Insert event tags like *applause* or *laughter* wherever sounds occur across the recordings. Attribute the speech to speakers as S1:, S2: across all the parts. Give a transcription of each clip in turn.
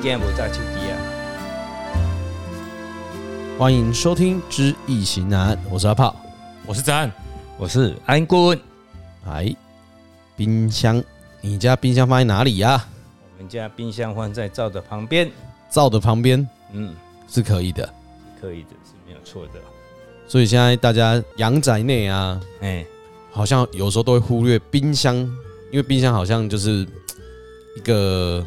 S1: 天无带手机啊。
S2: 欢迎收听《知易行难》，我是阿炮。
S3: 我是子安，
S1: 我是安顾问，
S2: 哎，冰箱，你家冰箱放在哪里呀、
S1: 我们家冰箱放在灶的旁边，
S2: 灶的旁边
S1: 嗯，
S2: 是可以的。
S1: 可以的，是没有错的。
S2: 所以现在大家阳宅内啊，
S1: 哎，
S2: 好像有时候都会忽略冰箱，因为冰箱好像就是嘖一个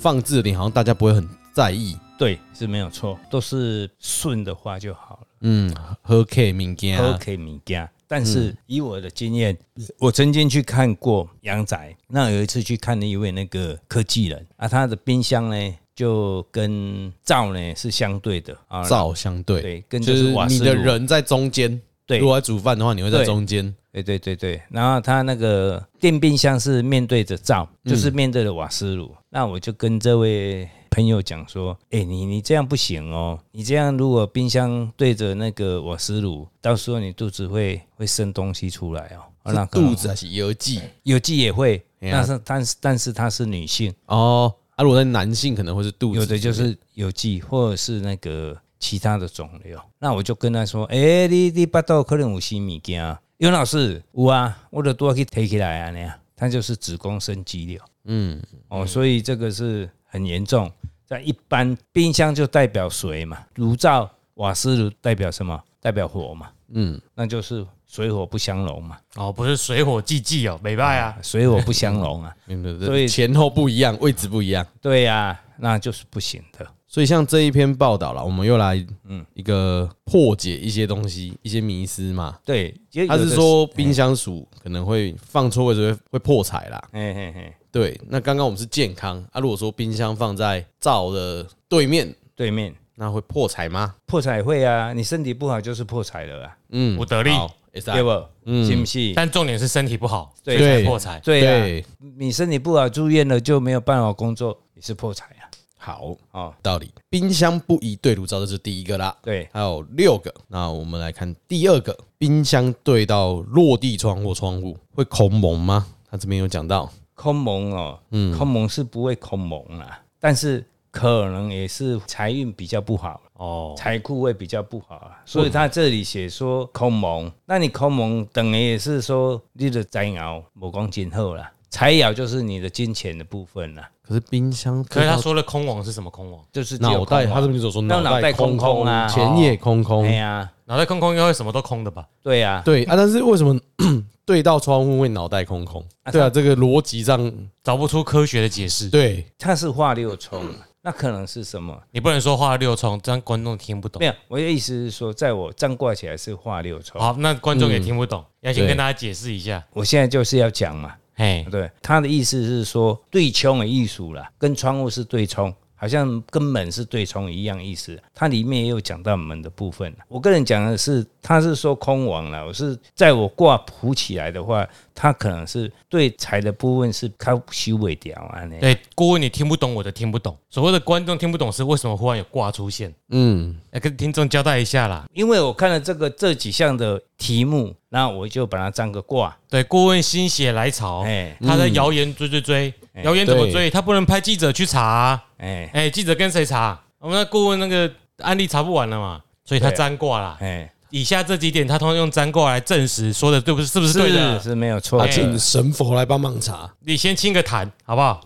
S2: 放置的点，好像大家不会很在意。
S1: 对，是没有错，都是顺的话就好了。
S2: 嗯，喝 K 民间啊，
S1: OK 米家。但是以我的经验，我曾经去看过阳宅。那有一次去看了一位那个科技人啊，他的冰箱呢就跟灶呢是相对的啊，
S2: 灶相对，
S1: 对，跟
S2: 就
S1: 就是
S2: 是
S1: 瓦
S2: 你
S1: 斯
S2: 的
S1: 炉。
S2: 人在中间。
S1: 对
S2: 如果要煮饭的话，你会在
S1: 对
S2: 中间。
S1: 对对对对，然后他那个电冰箱是面对着灶，
S2: 嗯
S1: 就是面对着瓦斯炉。那我就跟这位朋友讲说，哎、你你这样不行哦，你这样如果冰箱对着那个瓦斯炉，到时候你肚子会会生东西出来哦。啊
S2: 是
S1: 那可能
S2: 肚子还是腰际？
S1: 有记也会，
S2: 哎呀
S1: 但是但是但是她是女性，
S2: 哦，啊，如果在男性可能会是肚子，
S1: 有的就是有记或者是那个其他的肿瘤。那我就跟她说，哎、你你巴肚可能有些物件啊，袁老师有啊，我的多去提起来啊那样，它就是子宫生肌瘤
S2: 嗯，
S1: 哦，所以这个是很严重。在一般冰箱就代表水嘛，炉灶、瓦斯炉代表什么？代表火嘛，嗯，那就是水火不相容嘛，
S3: 哦，不是水火既济哦，美拜啊，
S1: 水火不相容
S2: *laughs*
S1: 啊，
S2: 明白。所
S1: 所
S2: 以
S1: 以
S2: 前后不一样，位置不一样。
S1: 对呀、那就是不行的。
S2: 所以像这一篇报道啦，我们又来嗯一个破解一些东西，一些迷思嘛。
S1: 对，也有
S2: 他
S1: 的
S2: 是说，冰箱鼠可能会放错位置会会破财啦。
S1: 嘿嘿嘿，
S2: 对，那刚刚我们是健康啊，如果说冰箱放在灶的对面，
S1: 对面
S2: 那会破财吗？
S1: 破财会啊，你身体不好就是破财了啊，
S2: 嗯，
S3: 我得利，
S2: 好，
S1: 对
S2: 对
S1: 不？是不是？
S3: 但重点是身体不好，所
S1: 对
S3: 以才破财。
S1: 对啊，
S2: 对，
S1: 你身体不好住院了就没有办法工作，也是破财啊。
S2: 好，
S1: 哦，
S2: 道理。冰箱不宜对炉灶，这是第一个啦。
S1: 对，
S2: 还有六个。那我们来看第二个，冰箱对到落地窗或窗户会空蒙吗？他这边有讲到，
S1: 空蒙哦，嗯，空蒙是不会空蒙啦，但是可能也是财运比较不好，
S3: 哦，
S1: 财库会比较不好啊，所以他这里写说空蒙，那你空蒙等于也是说你的财爻某光今后啦，财爻就是你的金钱的部分啦，
S2: 可是冰箱
S3: 可
S2: 对
S3: 是他
S2: 到
S3: 说的空网是什么空网？
S1: 就是只有
S2: 脑袋，
S1: 空
S2: 他
S1: 亡
S2: 这边就说
S1: 那
S2: 脑
S1: 脑
S2: 袋
S1: 袋
S2: 空
S1: 空空啊
S2: 前也空
S1: 哎
S2: 空。
S1: 呀、
S3: 脑袋空空应该会什么都空的吧？
S1: 对呀、
S2: 对啊，但是为什么 *clears throat* 对到窗户会脑袋空空？对啊，这个逻辑上
S3: 找不出科学的解释。
S2: 对
S1: 它是画六冲，
S3: 嗯
S1: 那可能是什么？
S3: 你不能说画六冲，这样观众听不懂
S1: 没。有，我的意思是说，在我占卦起来是画六冲，
S3: 好，那观众也听不懂，
S1: 嗯
S3: 要先
S2: 对
S3: 跟大家解释一下。
S1: 我现在就是要讲嘛，
S3: 嘿，
S1: 对，他的意思是说对冲的艺术啦，跟窗户是对冲。好像跟门是对冲一样意思，它里面也有讲到门的部分。我个人讲的是，他是说空亡了，我是在我卦谱起来的话，它可能是对财的部分是靠修尾掉啊。这样
S3: 对，顾问你听不懂我的听不懂，所谓的观众听不懂是为什么忽然有卦出现？
S2: 嗯，
S3: 要跟听众交代一下啦。
S1: 因为我看了这个这几项的题目，那我就把它占个卦，
S3: 对，顾问心血来潮，
S1: 哎
S3: 他在谣言追追追，谣言怎么追？他不能派记者去查啊。
S1: 哎
S3: 哎、记者跟谁查？我们那顾问那个案例查不完了嘛，所以他
S1: 对啊
S3: 占卦啦。
S1: 哎，
S3: 以下这几点，他通常用占卦来证实说的对不是是不是对的。
S1: 是没有错
S2: 啊，
S1: 的。
S2: 请神佛来帮忙查。
S3: 你先清个坛好
S1: *laughs*
S3: 不好？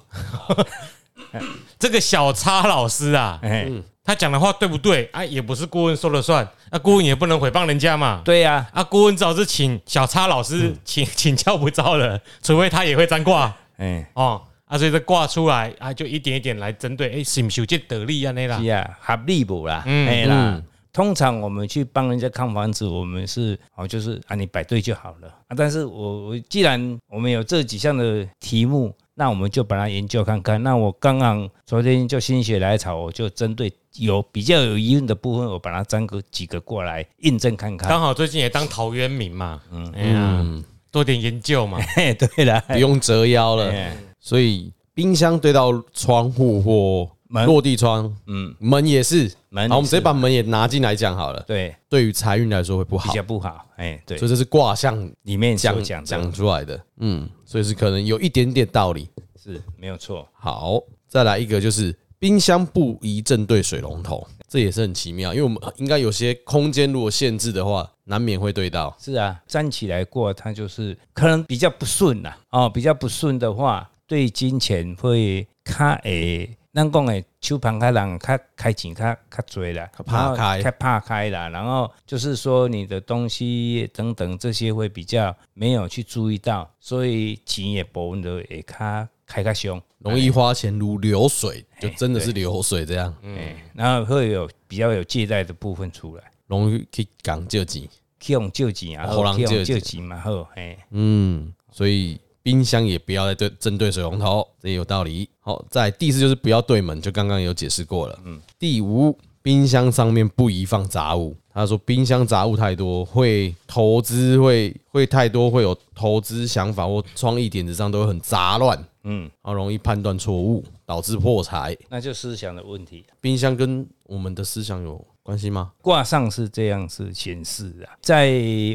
S3: 这个小叉老师啊，
S1: 哎，
S3: 他讲的话对不对啊？也不是顾问说了算，那、顾问也不能诽谤人家嘛。
S1: 对呀、
S3: 啊，顾问早是请小叉老
S1: 嗯
S3: 师请请教不着了，除非他也会占卦
S1: 哎，
S3: 哦。啊，所以这卦出来啊，就一点一点来针对，哎、是不是有这得利啊那啦
S1: 是？啊，合理不啦？哎啦。通常我们去帮人家看房子，我们是哦，就是啊，你摆对就好了啊。但是我啊我既然我们有这几项的题目，那我们就把它研究看看。那我刚刚昨天就心血来潮，我就针对有比较有疑问的部分，我把它粘个几个过来印证看看。
S3: *laughs* 刚好最近也当陶渊明嘛，嗯，哎呀，做点研究嘛，
S1: 嘿，对了，
S2: 不用折腰了。
S1: 哎
S2: 所以冰箱对到窗户或
S1: 门
S2: 落地窗，嗯，门也是。
S1: 门也
S2: 好，我们直接
S1: 是
S2: 把门也拿进来讲好
S1: *laughs*
S2: 了。
S1: 对，
S2: 对于财运来说会不
S1: 比
S2: 好，
S1: 较不好。哎，对
S2: 所，以这是卦象
S1: 里面所
S2: 讲
S1: 讲
S2: 讲
S1: 讲
S2: 出来的，嗯，所以是可能有一点点道理。
S1: 是没有错。
S2: 好，再来一个就是冰箱不宜正对水龙头，这也是很奇妙，因为我们应该有些空间如果限制的话，难免会对到。
S1: 是啊，站起来过，它就是可能比较不顺啦、哦，比较不顺的话，对金钱会较会，咱讲的手盘较人较开钱较较多啦，
S2: 较怕开
S1: 然后较怕开啦。然后就是说你的东西等等这些会比较没有去注意到，所以钱也不的也较开较凶，
S2: 容易花钱如流水，就真的是流水这样，
S1: 嗯，然后会有比较有借贷的部分出来，
S2: 容易去港借钱。
S1: 去用借钱啊，
S2: 哦互人
S1: 去用
S2: 借
S1: 借钱嘛好，嘿。
S2: 嗯，所以冰箱也不要再对针对水龙头，这也有道理。好，在第四就是不要对门，就刚刚有解释过了。嗯，第五，冰箱上面不宜放杂物。他说冰箱杂物太多，会投资会会太多，会有投资想法或创意点子上都会很杂乱。嗯，然后容易判断错误，导致破财。
S1: 那就思想的问题。
S2: 冰箱跟我们的思想有关系吗？
S1: 卦上是这样是显示啊，在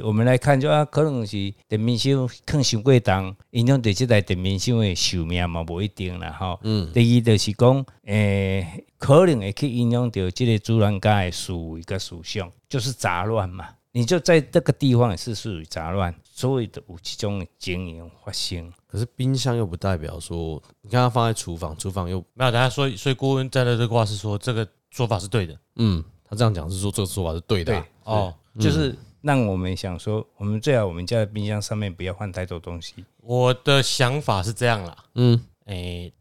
S1: 我们来看就啊，可能是电冰箱放伤过重，影响对这台电冰箱的寿命嘛，无一定啦吼。嗯。第二就是讲，诶、可能会去影响到这个主人家的思维跟思想，就是杂乱嘛。你就在这个地方也是属于杂乱，所以的有这种经营发生。
S2: 可是冰箱又不代表说，你看它放在厨房，厨房又
S3: 没有，等下所以所以顾问站在这卦是说这个说法是对的
S2: 嗯，他这样讲是说这个说法是对的啊、
S3: 哦。
S1: 就是让我们想说，我们最好我们家的冰箱上面不要放太多东西。
S3: 我的想法是这样啦，
S2: 嗯，
S3: 哎、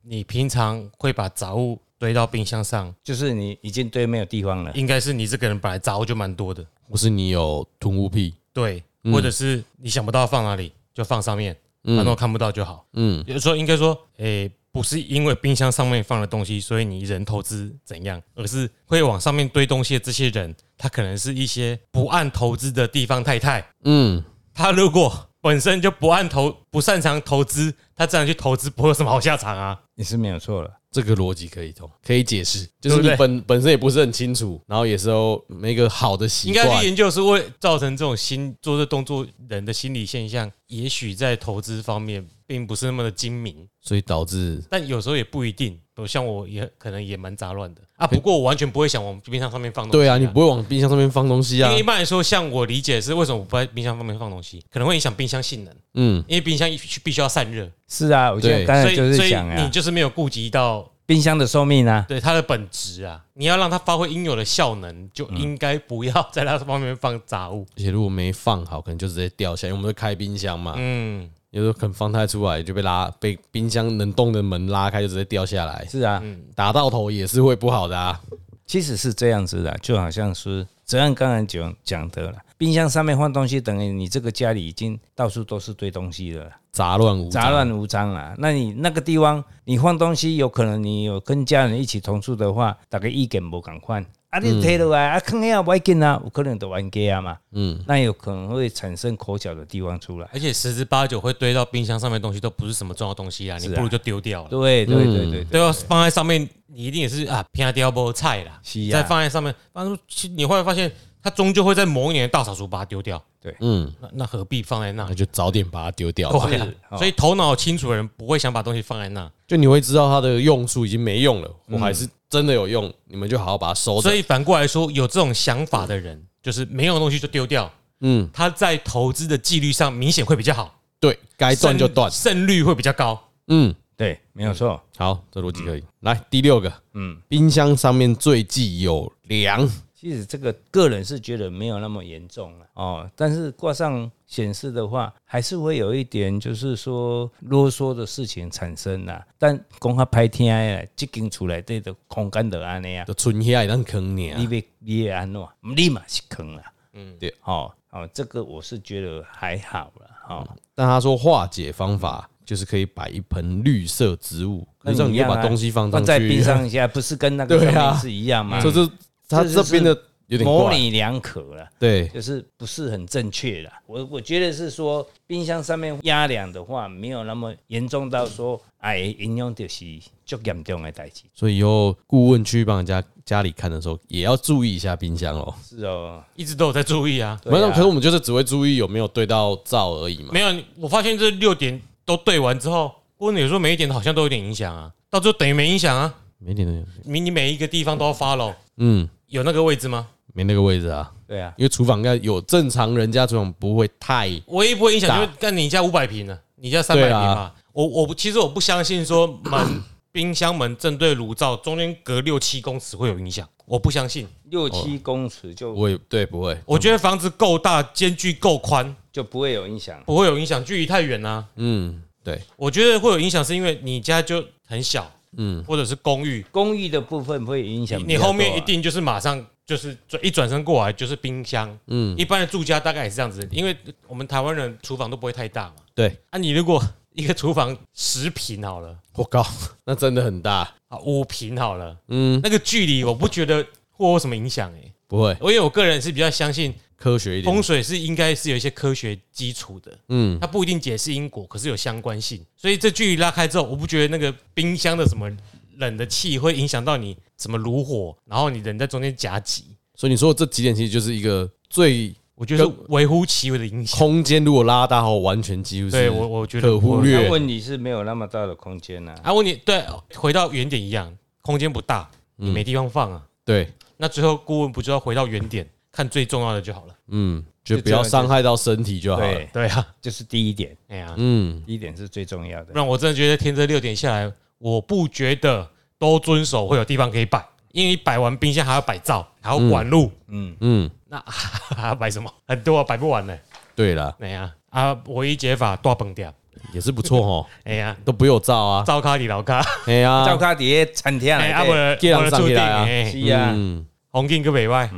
S3: 你平常会把杂物堆到冰箱上，
S1: 就是你已经堆没有地方了，
S3: 应该是你这个人本来杂物就蛮多的，
S2: 或是你有囤物癖，
S3: 对，或者是你想不到放哪里就放上面，反正我看不到就好。
S2: 嗯，
S3: 有时候应该说，诶、不是因为冰箱上面放的东西，所以你人投资怎样，而是会往上面堆东西的这些人，他可能是一些不按投资的地方太太。
S2: 嗯，
S3: 他如果本身就不按投，不擅长投资，他这样去投资不会有什么好下场啊。
S1: 你是没有错了。
S2: 这个逻辑可以通，可以解释，就是
S3: 对不
S2: 你
S3: 对
S2: 本本身也不是很清楚，然后也是要没一个好的习
S3: 应该去
S2: 惯，
S3: 研究是会造成这种心做这动作人的心理现象，也许在投资方面并不是那么的精明，
S2: 所以导致
S3: 但有时候也不一定。我像我也可能也蛮杂乱的啊，不过我完全不会想往冰箱上面放东西、
S2: 对啊，你不会往冰箱上面放东西
S3: 因
S2: 啊
S3: 为，一般来说，像我理解是为什么我不在冰箱上面放东西，可能会影响冰箱性能，
S2: 嗯，
S3: 因为冰箱必须要散热，
S1: 是啊，我觉
S2: 对
S1: 得刚
S3: 所
S1: 才
S3: 以
S1: 就
S3: 所
S1: 是
S3: 以
S1: 讲
S3: 你
S1: 啊，
S3: 哎就是没有顾及到
S1: 冰箱的寿命啊，
S3: 对它的本质啊，你要让它发挥应有的效能，就应该不要在它方面放杂物。
S2: 而且如果没放好，可能就直接掉下来，因为我们会开冰箱嘛，
S3: 嗯，
S2: 有时候可能放太出来就被拉，被冰箱能动的门拉开就直接掉下来，
S1: 是啊，
S3: 嗯
S2: 打到头也是会不好的啊，
S1: 其实是这样子的，就好像是泽安刚才讲讲的了，冰箱上面放东西，等于你这个家里已经到处都是堆东西了啦。
S2: 杂乱无章
S1: 杂，乱无章啦。那你那个地方，你放东西，有可能你有跟家人一起同住的话，大家意见无共款。啊，你摕落
S3: 嗯
S1: 来啊，坑遐不要紧啊，有可能就冤家啊嘛。嗯，那有可能会产生口角的地方出来。
S3: 而且十之八九会堆到冰箱上面的东西都不是什么重要东西啊，你
S1: 是啊
S3: 不如就丢掉了。
S1: 对对对对对，
S3: 对啊，放在上面，你一定也是啊，偏掉波菜啦，
S1: 是啊
S3: 再放在上面，放出去你会发现它终究会在某一年的大扫除把它丢掉。
S2: 嗯，
S3: 那那何必放在那
S2: 那？就早点把它丢掉，
S3: 对啊
S1: 哦
S3: 所以头脑清楚的人不会想把东西放在那。
S2: 就你会知道它的用处已经没用了，
S1: 嗯
S2: 我还是真的有用，你们就好好把它收着
S3: 所。以反过来说，有这种想法的人，就是没有东西就丢掉。
S2: 嗯，
S3: 他在投资的纪律上明显会比较好，
S2: 对，该哎断就断。
S3: 胜胜率会比较高。
S2: 嗯，
S1: 对，没有错。
S2: 好，这逻辑可以。来第六个，嗯，冰箱上面最忌有粮，
S1: 其实这个个人是觉得没有那么严重了哦，但是挂上显示的话，还是会有一点就是说啰嗦的事情产生啦。但讲较歹听的，即间厝内底的空间就安尼啊，
S2: 就存下来当坑你啊
S1: 你。要你会安怎？你嘛是坑啦。嗯，
S2: 对，
S1: 哦哦，这个我是觉得还好啦。哦，
S2: 但他说化解方法就是可以摆一盆绿色植物，
S1: 那
S2: 可是这样你
S1: 一
S2: 就
S1: 样啊
S2: 把东西放上
S1: 放
S2: 去，
S1: 在
S2: 啊
S1: 冰箱下，不是跟那个
S2: 对啊
S1: 上面是一样吗？
S2: *laughs* 这是他这边的有点
S1: 模
S2: 怪。
S1: 棱两可了。
S2: 对，
S1: 就是不是很正确啦。我我觉得是说，冰箱上面压凉的话，没有那么严重到说，哎，影响就是足严重的代志。
S2: 所以以后顾问去帮人家家里看的时候，也要注意一下冰箱哦。
S1: 是哦，
S3: 一直都有在注意啊，
S1: 对
S2: 没有，
S1: 啊
S2: 可是我们就是只会注意有没有对到灶而已嘛。
S3: 没有，你我发现这六点都对完之后，不过你说每一点好像都有点影响啊，到最后等于没影响啊。
S2: 没点东西，
S3: 你你每一个地方都要 follow，
S2: 嗯，
S3: 有那个位置吗？
S2: 没那个位置啊，
S1: 对啊，
S2: 因为厨房应该有正常人家厨房不会太
S3: 唯一不会影响
S2: 大
S3: 就是干你家五百平了，你家三百
S2: 对
S3: 平
S2: 啊
S3: 嘛。我我不其实我不相信说门 *coughs* 冰箱门正对炉灶中间隔六七公尺会有影响，我不相信。
S1: 六七公尺就
S2: 我也对不会，
S3: 我觉得房子够大，间距够宽，
S1: 就不会有影响。
S3: 不会有影响。距离太远啦、
S2: 嗯，对，
S3: 我觉得会有影响，是因为你家就很小，
S2: 嗯，
S3: 或者是公寓，
S1: 公寓的部分会影响比
S3: 你
S1: 较多啊
S3: 后面一定就是马上就是转一转身过来就是冰箱，嗯，一般的住家大概也是这样子，因为我们台湾人厨房都不会太大嘛。
S2: 对，
S3: 啊，你如果一个厨房十平好了，
S2: 我靠，那真的很大，
S3: 啊五平好了，
S2: 嗯，
S3: 那个距离我不觉得会有什么影响诶、
S2: 不会，
S3: 我因为我个人是比较相信
S2: 科学一
S3: 风
S2: 点，
S3: 水是应该是有一些科学基础的，
S2: 嗯，
S3: 它不一定解释因果，可是有相关性。所以这距离拉开之后，我不觉得那个冰箱的什么冷的气会影响到你什么炉火，然后你人在中间夹击，
S2: 所以你说这几点其实就是一个最
S3: 我觉得是微乎其微的影响。
S2: 空间如果拉大后，完全几乎是
S3: 对我，我觉得
S2: 可忽
S3: 我
S2: 略
S1: 那问题是没有那么大的空间呐、啊。
S3: 啊，问你对，回到原点一样，空间不大，
S2: 嗯
S3: 你没地方放啊。
S2: 对，
S3: 那最后顾问不就要回到原点，看最重要的就好了。
S2: 嗯，就不要伤害到身体就好了
S1: 对，，
S3: 对啊，
S1: 这是第一点，
S3: 哎呀、
S2: 嗯，
S1: 第一点是最重要的
S3: 不。然我真的觉得天这六点下来，我不觉得都遵守会有地方可以摆，因为你摆完冰箱还要摆灶，还要管路，
S1: 嗯，
S2: 嗯，
S3: 那 *laughs* 还要摆什么？很多啊，摆不完呢、
S2: 对啦，
S3: 哎呀、啊，唯一解法大崩掉。
S2: 也是不错哦，
S3: 哎呀、
S2: 都不用照啊，
S3: 灶卡里
S2: *laughs*
S3: 老卡，
S2: 哎
S1: 照
S2: 呀，
S1: 卡底下餐厅
S3: 哎，
S1: 来
S3: 啊不，
S1: 的，
S2: 叫
S3: 我
S2: 人
S3: 的
S2: 上
S3: 注
S2: 去
S3: 定，
S2: 来啊
S3: 哎，
S1: 是啊，
S2: 嗯，
S3: 红进个北外，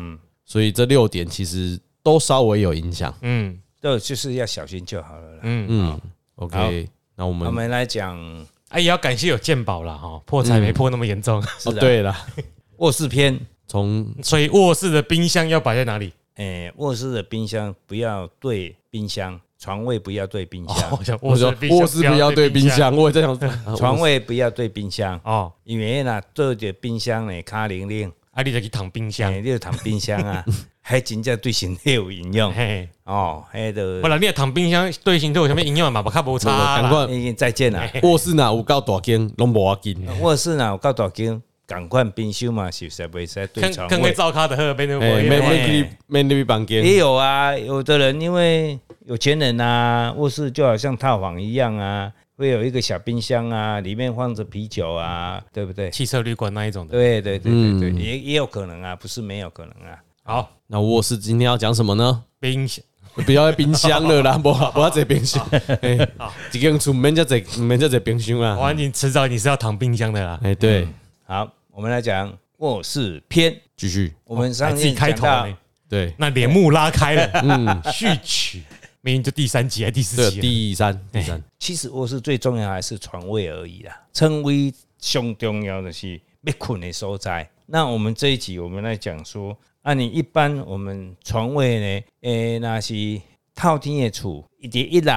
S2: 所以这六点其实都稍微有影响，
S3: 嗯
S1: 这就是要小心就好了啦。
S3: 嗯，
S2: 嗯，OK，那我
S1: 我
S2: 们
S1: 们来讲
S3: 哎，也要感谢有鉴宝啦，哈，破财没破那么严重，
S2: 哦对了，
S1: 卧室篇，
S2: 从
S3: *laughs* 所以卧室的冰箱要摆在哪里？
S1: 哎、卧室的冰箱不要对冰箱，床位不要对冰箱，
S3: *laughs* 哦，
S2: 我
S3: 卧室
S2: 说
S3: 的冰箱
S2: 卧室不要对冰，箱，我也在想啊
S1: 床位不要对冰箱，
S3: 哦，
S1: 因为呢，对着冰箱呢，卡零零，
S3: 啊，你就去躺冰箱
S1: 哎、，你就躺冰箱啊，还真正对身体有影
S2: 哎
S1: 响
S3: 嘿，
S1: 哦，迄个
S3: 不然你也躺冰箱对型对我前面营养嘛，不卡不差啦，
S2: 赶快
S1: 已经再见啦。
S2: *laughs* 卧室哪有够大间，拢无要紧，
S1: 卧室呢，有够大间，赶快冰箱嘛，是实袂使对
S3: 看
S1: 床
S3: 看会
S1: 位。
S3: 照卡的喝杯那
S2: 哎，免
S3: 杯
S1: 没
S2: 免去免去房
S1: 也
S2: 间，
S1: 有啊，有的人因为有钱人啊，卧室就好像套房一样啊，会有一个小冰箱啊，里面放着啤酒啊，对不对？
S3: 汽车旅馆那一种的。
S1: 对对对对对，
S2: 嗯
S1: 也也有可能啊，不是没有可能啊。
S3: 好，
S2: 那卧室今天要讲什么呢？
S3: 冰箱
S2: 不要在冰箱了啦，无无要坐冰箱， *laughs* 嘿一个人厝免遮坐，免遮坐冰箱
S1: 啊
S2: 啦。
S3: 我完你迟早你是要躺冰箱的啦。
S2: 哎，对，
S1: 好，我们来讲卧室篇。
S2: 继续，
S1: 我们
S3: 还
S1: 上
S3: 自己
S1: 次
S3: 开
S1: 讲
S3: 头啊
S1: 到
S3: 了呢，
S2: 对，
S3: 那帘幕拉
S1: *laughs*
S3: 开了，嗯，序曲，明明就第三集还是第四
S2: 这
S3: 集了，
S2: 第三，第三，
S1: 其实卧室最重要还是床位而已啦。称为上重要的是要困的所在。那我们这一集我们来讲说，啊，你一般我们床位呢，诶、那是套厅的厝，一直一楼、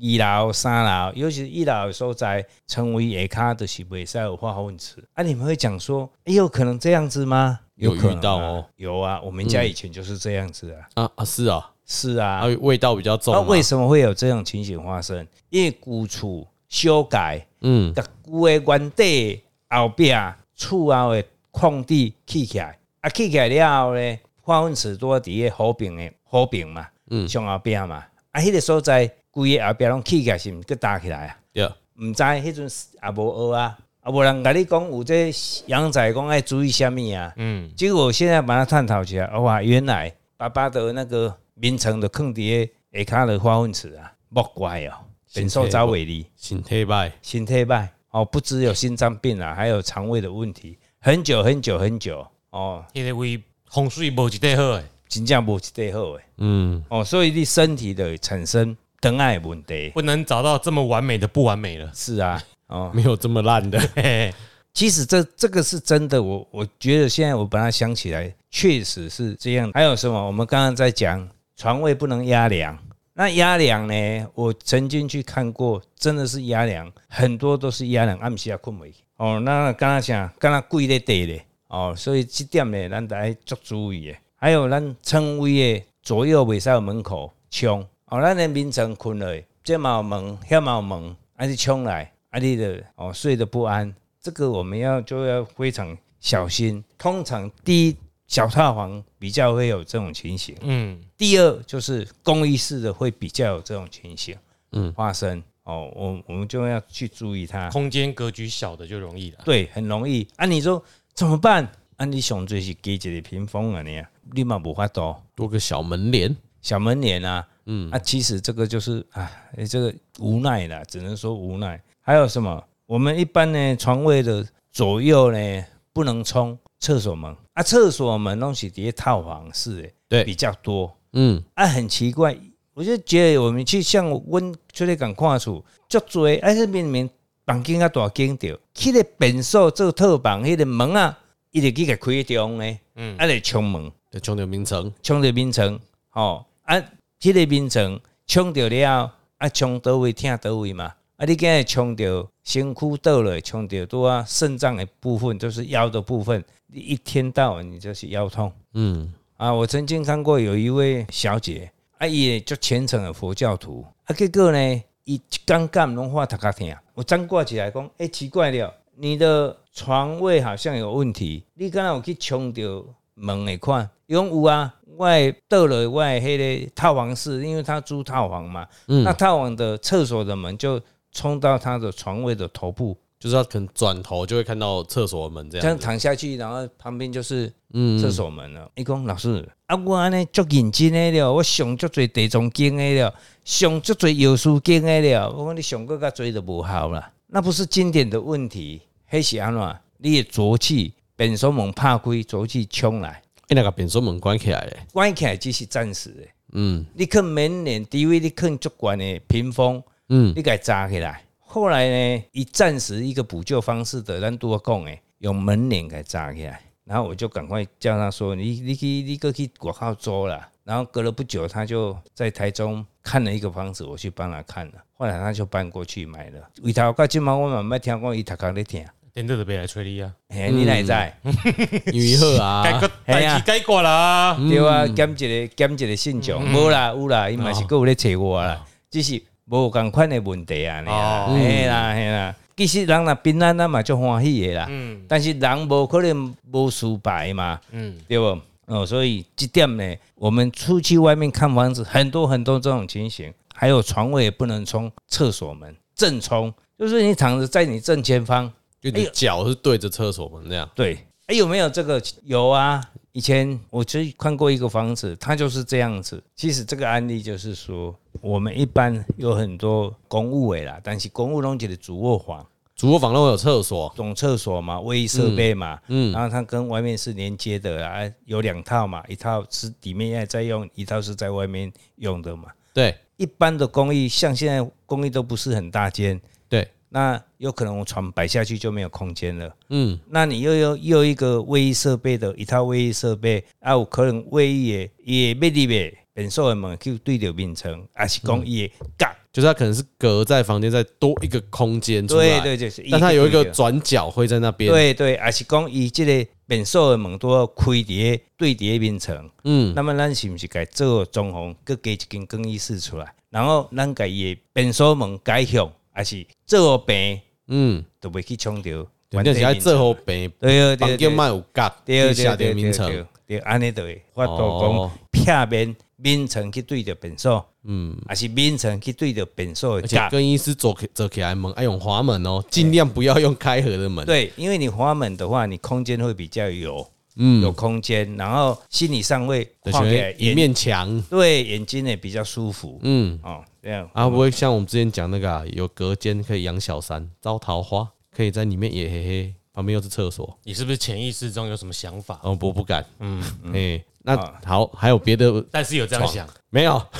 S1: 二楼、三楼，尤其是一楼的所在，称为下骹就是袂使有化粪池。啊，你们会讲说，也、有可能这样子吗？
S2: 有
S1: 可能啊
S2: 遇到哦，
S1: 有啊，我们家以前就是这样子啊，
S2: 啊啊是啊，
S1: 是啊
S2: 啊，味道比较重
S1: 那
S2: 嘛，
S1: 为什么会有这种情形发生？因为古厝修改，
S2: 嗯，
S1: 甲旧的原地后壁厝后的空地起起来，啊起起来了后咧，化粪池多伫个河边的河边嘛，
S2: 嗯
S1: 上后壁嘛，啊迄、个所在规个后壁拢起起来是毋去搭起来啊？
S2: 对，
S1: 毋知迄阵也无学啊，啊无人甲你讲有这养仔讲爱注意虾物啊？
S3: 嗯，
S1: 结果我现在把它探讨起来，哇，原来爸爸的那个名城的坑爹下骹的化粪池啊，莫怪哦，
S2: 身体
S1: 本受遭伟力，
S2: 身体歹，
S1: 心态败哦，不只有心脏病啊，还有肠胃的问题，很久很久很久哦，
S3: 那个为洪水无一块好哎诶，
S1: 真正无一块好诶
S2: 嗯，
S1: 哦，所以你身体的产生疼爱的问题
S3: 不能找到这么完美的不完美了。
S1: 是啊哦，
S2: 没有这么烂的，
S3: 嘿嘿
S1: 其实这这个是真的，我我觉得现在我把它想起来，确实是这样。还有什么？我们刚刚在讲床位不能压梁，那压梁呢？我曾经去看过，真的是压梁，很多都是压梁，暗时也困袂去。哦，那刚刚想，刚刚跪咧地咧，哦，所以这点呢，咱得爱足注意的。还有咱床位的左右袂使有门口冲，哦，咱的眠床困落，这嘛有门，遐嘛有门，啊你冲来，啊你的哦睡得不安。这个我们要就要非常小心。通常第一，小套房比较会有这种情形；
S3: 嗯，
S1: 第二，就是公寓式的会比较有这种情形，嗯，发生哦，我我们就要去注意它。
S3: 空间格局小的就容易了。
S1: 对，很容易啊。你说怎么办？啊，你上最是给一个屏风啊，你立马无法度
S2: *laughs* 多个小门帘，
S1: 小门脸啊，嗯啊，其实这个就是啊，哎这个无奈啦，只能说无奈。还有什么？我们一般呢，床位的左右呢不能冲厕所门啊，厕所门东西底下套房式诶，
S2: 对
S1: 比较多
S2: 嗯，
S1: 啊，很奇怪。我就觉得我们去像阮出去共看厝，足多，啊，迄明明房间较大间着，迄、个便所做套房，迄、个门啊，伊就去给开中诶，嗯，啊，来冲门。
S2: 就冲着名城，
S1: 冲着眠床，吼、啊，迄、个眠床冲着了，啊，冲倒位疼倒位嘛，啊，你今日冲着身躯倒落，冲着拄啊肾脏的部分，就是腰的部分，你一天到晚你就是腰痛
S2: 嗯，
S1: 啊。我曾经看过有一位小姐，啊，伊就虔诚的佛教徒，啊，结果呢，伊一刚干拢话头壳疼，啊我张挂起来讲，诶、奇怪了，你的床位好像有问题，你敢若有去冲着门的款？伊讲有啊，我的倒落我的迄个套房室，因为他租套房嘛，那套房的厕所的门就冲到他的床位的头部，
S2: 就是他可能转头就会看到厕所门这
S1: 这样
S2: 样子，
S1: 躺下去，然后旁边就是
S2: 嗯，
S1: 厕所门了。伊讲老师，啊，我安尼足认真诶了，我上足侪地藏经诶了，上足侪药师经诶了，我讲你上过较侪就无效啦。那不是经典的问题，迄是安怎？你的浊气，本所门拍开，浊气冲来，
S2: 哎，那个扁锁门关起来嘞，
S1: 关起来只是暂时的。
S2: 嗯
S1: 你看门帘，低位你看足悬的屏风，
S2: 嗯，
S1: 你给它扎起来。后来呢，以暂时一个补救方式的，咱拄啊讲诶，用门帘给它扎起来。然后我就赶快叫他说：“你你去你过去外口租啦。”然后隔了不久，他就在台中看了一个房子，我去帮他看了。后来他就搬过去买了。为头到今晚我慢慢听讲，伊头壳咧听。
S3: 连这都别来催你啊！
S1: 哎，你哪会知？
S2: 女鹤 *laughs* 啊，
S3: 该个
S1: 嘿啊
S3: 代志该过啦，
S1: 对啊，减一个减一个信众，
S3: 嗯
S1: 无啦有啦，伊嘛
S3: 哦
S1: 是各有咧找我啦，只是无共款的问题啊，
S3: 哦
S1: 嘿啦嘿啦，其实人若平安咱嘛足欢喜的啦，但是人无可能无失败嘛，
S3: 嗯，
S1: 对不？哦，所以这点呢，我们出去外面看房子，很多很多这种情形，还有床位也不能冲厕所门正冲，就是你躺着在你正前方，
S2: 就你的脚是对着厕所门这样，
S1: 对，哎、有没有这个？有啊，以前我去看过一个房子，它就是这样子。其实这个案例就是说，我们一般有很多公务委啦，但是公务弄起的主卧房、
S2: 主卧房都会有厕所，
S1: 总厕所嘛、卫浴设备嘛，嗯，然后它跟外面是连接的啊，有两套嘛，一套是里面也在用，一套是在外面用的嘛。
S2: 对
S1: 一般的公寓，像现在公寓都不是很大间，
S2: 对，
S1: 那有可能我床摆下去就没有空间了。
S2: 嗯，
S1: 那你又有又有一个卫浴设备的一套卫浴设备，啊，有可能卫浴的也要入的本所的门去对着面床，还是讲伊的角，
S2: 就是它可能是隔在房间再多一个空间出
S1: 对
S2: 来，
S1: 对就是，
S2: 但它有一个
S1: 对
S2: 转角会在那边，，
S1: 对对，还是讲伊这个本所的门都要开伫对伫面床。
S2: 嗯，
S1: 那么咱是不是该做装潢，佮加一间更衣室出来，然后咱家伊的本所门改向，还是做平
S2: 嗯，
S1: 都袂去冲着
S2: 对
S1: 原
S2: 就
S1: 地
S2: 是
S1: 面
S2: 在
S1: 床。
S2: 这后北
S1: 对对对
S2: 房间卖有角，
S1: 对对
S2: 地下
S1: 对
S2: 的
S1: 对
S2: 名
S1: 对
S2: 城，
S1: 对，安尼对，我都
S2: 哦
S1: 讲片面面层去对着本所，嗯，还是面层去对着本所的
S2: 而且
S1: 角。
S2: 更衣室走走起来门，哎，用滑门哦，尽量不要用开合的门，，
S1: 对，因为你滑门的话，你空间会比较有有
S2: 嗯，
S1: 空间，然后心理上会
S2: 对，
S1: 看
S2: 选
S1: 起来
S2: 一
S1: 眼
S2: 面墙，
S1: 对眼睛也比较舒服
S2: 嗯，
S1: 哦，这样
S2: 啊，不会像我们之前讲那个啊，有隔间可以养小三，招桃花，可以在里面也嘿嘿，旁边又是厕所，
S3: 你是不是潜意识中有什么想法？
S2: 哦，我不敢，嗯，哎，那
S1: 啊
S2: 好，还有别的
S3: 但是有这样想，
S2: 没有？ *laughs*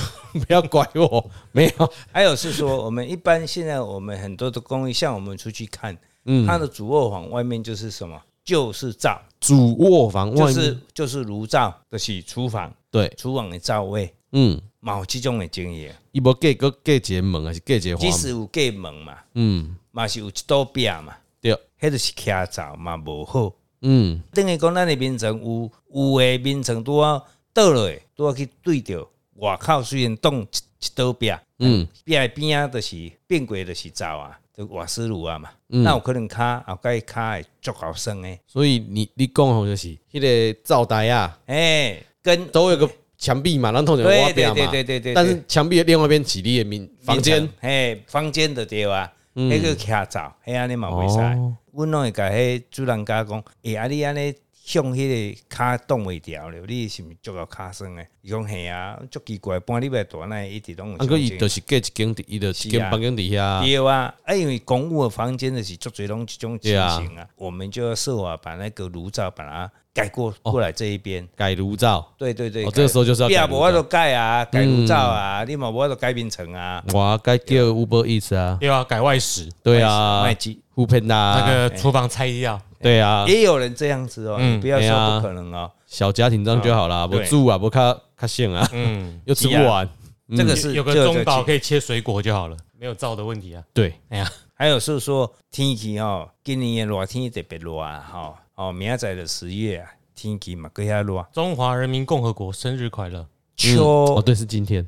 S2: 不要拐我，没有，
S1: 还有是说，我们一般现在我们很多的公寓，像我们出去看，
S2: 嗯
S1: 它的主卧房外面就是什么？就是灶，
S2: 主卧房
S1: 就
S2: 外
S1: 是
S2: 面，
S1: 就是炉灶，就是厨房，
S2: 对，
S1: 厨房的灶位，
S2: 嗯，
S1: 冇这种的经验。
S2: 伊无隔个隔节门还是隔节花
S1: 即
S2: 门，
S1: 使有隔门嘛，
S2: 嗯，
S1: 嘛是有一道壁嘛，
S2: 对，
S1: 迄就是徛灶嘛无好。
S2: 嗯，
S1: 等于讲咱的眠床有有诶眠床拄啊倒落去，拄啊去对着外口，虽然挡一一道壁，
S2: 嗯，
S1: 壁的边啊就是变过就是灶啊，就瓦斯炉啊嘛，那有可能啊卡后盖卡会足好生诶，
S2: 所以你你讲吼就是迄个灶台啊，
S1: 诶，跟
S2: 都有个墙壁嘛，咱通常挖掉嘛，
S1: 对对对对对对
S2: 但是墙壁的另外一边是你的民房间，嗯
S1: 嘿，房间就对啊，迄个徛灶，嘿安尼嘛袂使。
S2: 哦
S1: 阮拢会甲迄主人家讲，哎啊你安尼向迄个骹挡袂牢了，你是毋是足够骹酸诶？伊讲嘿啊，足奇怪，搬你袂大那一直拢有
S2: 啊，佮伊
S1: 这种
S2: 就
S1: 情
S2: 是隔一间底，伊就是
S1: 啊
S2: 一间房间底下，
S1: 对啊，啊因为公务的房间的是足侪拢这种情
S2: 对啊
S1: 形啊，我们就要设法把那个炉灶把它改过过来这一边。
S2: 改炉灶，
S1: 对对对，
S2: 哦这个时候就是要
S1: 壁
S2: 改
S1: 啊，
S2: 炉
S1: 我
S2: 灶嗯
S1: 都盖啊，改炉灶啊，你嘛我都改冰城啊，
S2: 哇，该叫 Uber Eats 啊，
S3: 又要改外食，
S2: 对啊
S1: 麦鸡哎
S2: 互骗
S3: 那
S2: 呐，
S3: 个厨房拆掉，
S2: 对啊，
S1: 也有人这样子哦，你不要
S2: 哎呀
S1: 说不可能哦，
S2: 小家庭这样就好啦，
S1: 啊
S2: 我
S1: 对
S2: 住啊，我较较省啊，
S3: 嗯，
S2: 又吃不完，嗯
S1: 这个是
S3: 有个
S1: 这
S3: 中岛
S1: 这
S3: 可以切水果就好了，没有灶的问题啊。
S2: 对，
S3: 哎呀，
S1: 还有是说天气哦，今年的热天特别热啊，吼哦，明仔载的十月啊，天气嘛更加热，
S3: 中华人民共和国生日快乐！
S2: 嗯哦，
S1: 秋
S2: 对，是今天，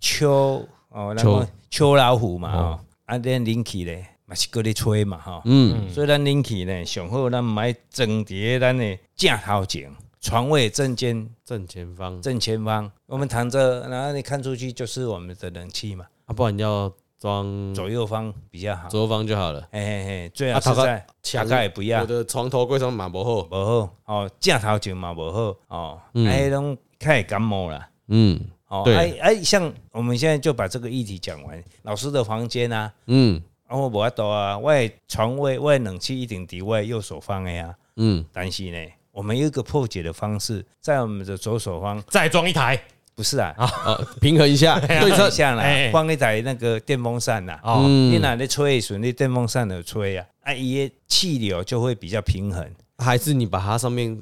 S1: 秋哦，咱
S2: 秋哦
S1: 讲秋老虎嘛吼，啊，咱冷气咧嘛是搁咧吹嘛吼，
S2: 嗯，
S1: 所以咱冷气咧上好咱毋爱装伫咧咱的正头前，床位正间
S2: 正前方，
S1: 正前方，我们躺着，然后你看出去就是我们的冷气嘛，
S2: 啊，不然要装
S1: 左右方比较好。
S2: 嗯左方就好了。
S1: 嘿嘿嘿，最
S2: 啊
S1: 好是
S2: 头壳
S1: 在
S2: 墙
S1: 大概不要
S2: 我，的床头柜上马不好，
S1: 无好哦，正头前嘛无好哦，哎、拢开始感冒了。
S2: 嗯
S1: 哦，
S2: 对
S1: 哎哎，像我们现在就把这个议题讲完。老师的房间啊，
S2: 嗯
S1: 啊我无法度啊，我的床位、我的冷气一定伫我的右手方的啊。
S2: 嗯，
S1: 但是呢，我们有一个破解的方式，在我们的左手方，
S3: 再装一台
S1: 不是啊，
S2: 哦，平衡一下， *laughs* 对啊
S1: 放
S2: 称
S1: 一，下
S3: 哎
S1: 啦
S3: 哎，
S1: 放一台那个电风扇啦。
S3: 哦，
S1: 你
S2: 嗯，
S1: 哪在吹的时候，你电风扇有吹啊，啊，伊的气流就会比较平衡。
S2: 还是你把它上面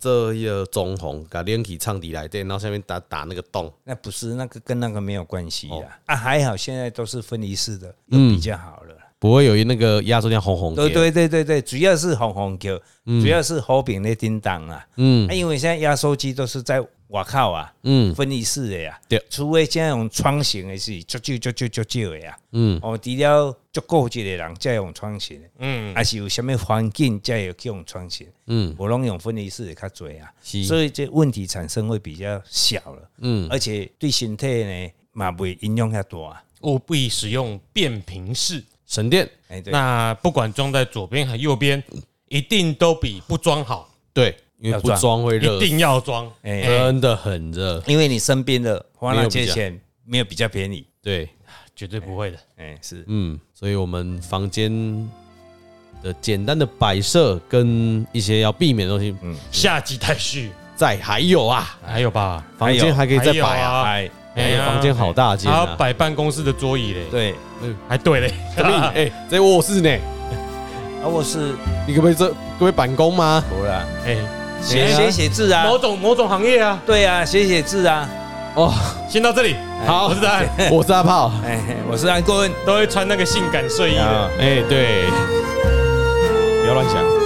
S2: 这一个棕红，把连体唱底来对，然后下面打打那个洞，
S1: 那不是那个跟那个没有关系啦、
S2: 哦
S1: 啊，还好现在都是分离式的，
S2: 嗯
S1: 嗯，比较好了。
S2: 不会有那个压缩这样红红
S1: 对
S2: 的，
S1: 对对对对，主要是红红球，主要是火饼的叮当啊。
S2: 嗯
S1: 啊，因为现在压缩机都是在外靠啊，
S2: 嗯
S1: 分离式的呀、
S2: 对
S1: 除非现在用窗型的是足少足少足少的呀、
S2: 嗯，
S1: 哦，除了足够级的人才用窗型的，
S3: 嗯，
S1: 还是有什么环境才有去用窗型，
S2: 嗯，
S1: 我拢用分离式的较多啊，
S2: 是
S1: 所以这问题产生会比较小了，
S2: 嗯，
S1: 而且对身体呢嘛袂影响较大。啊
S3: 务必使用变频式。
S2: 省电，
S1: 哎，对，
S3: 那不管装在左边还右边，一定都比不装好，
S2: 对，因为
S1: 要
S2: 不
S1: 装
S2: 装会热
S3: 一，定要装。
S1: 哎、
S2: 真的很热，
S1: 因为你生病了，花那些钱没有比较便宜。
S2: 对，
S3: 绝对不会的。
S1: 哎、是
S2: 嗯，所以我们房间的简单的摆设跟一些要避免的东西，
S3: 下集待续，
S2: 再还有啊，
S3: 还有吧，
S2: 房间还可以再摆啊，
S3: 啊
S1: 哎，
S3: 哎呀
S2: 房间好大
S3: 还
S2: 间
S3: 要
S2: 啊，
S3: 摆办公室的桌椅嘞，
S1: 对，
S3: 还对嘞，
S2: 什
S3: *laughs*
S2: 么意思？哎，这卧室呢？
S1: 啊，我是
S2: 你可不可以这可不可以办公吗？
S1: 不啦，
S3: 哎，
S1: 写
S2: 啊
S1: 写写字啊，
S3: 某种某种行业啊。
S1: 对啊，写写字啊，
S2: 哦，
S3: 先到这里，
S2: 好
S3: 我是大
S2: *laughs*
S3: 爱，
S2: 我是阿炮，
S1: 哎、我是安坤。
S3: 都会穿那个性感睡衣的。
S2: 哎，对，不要乱想。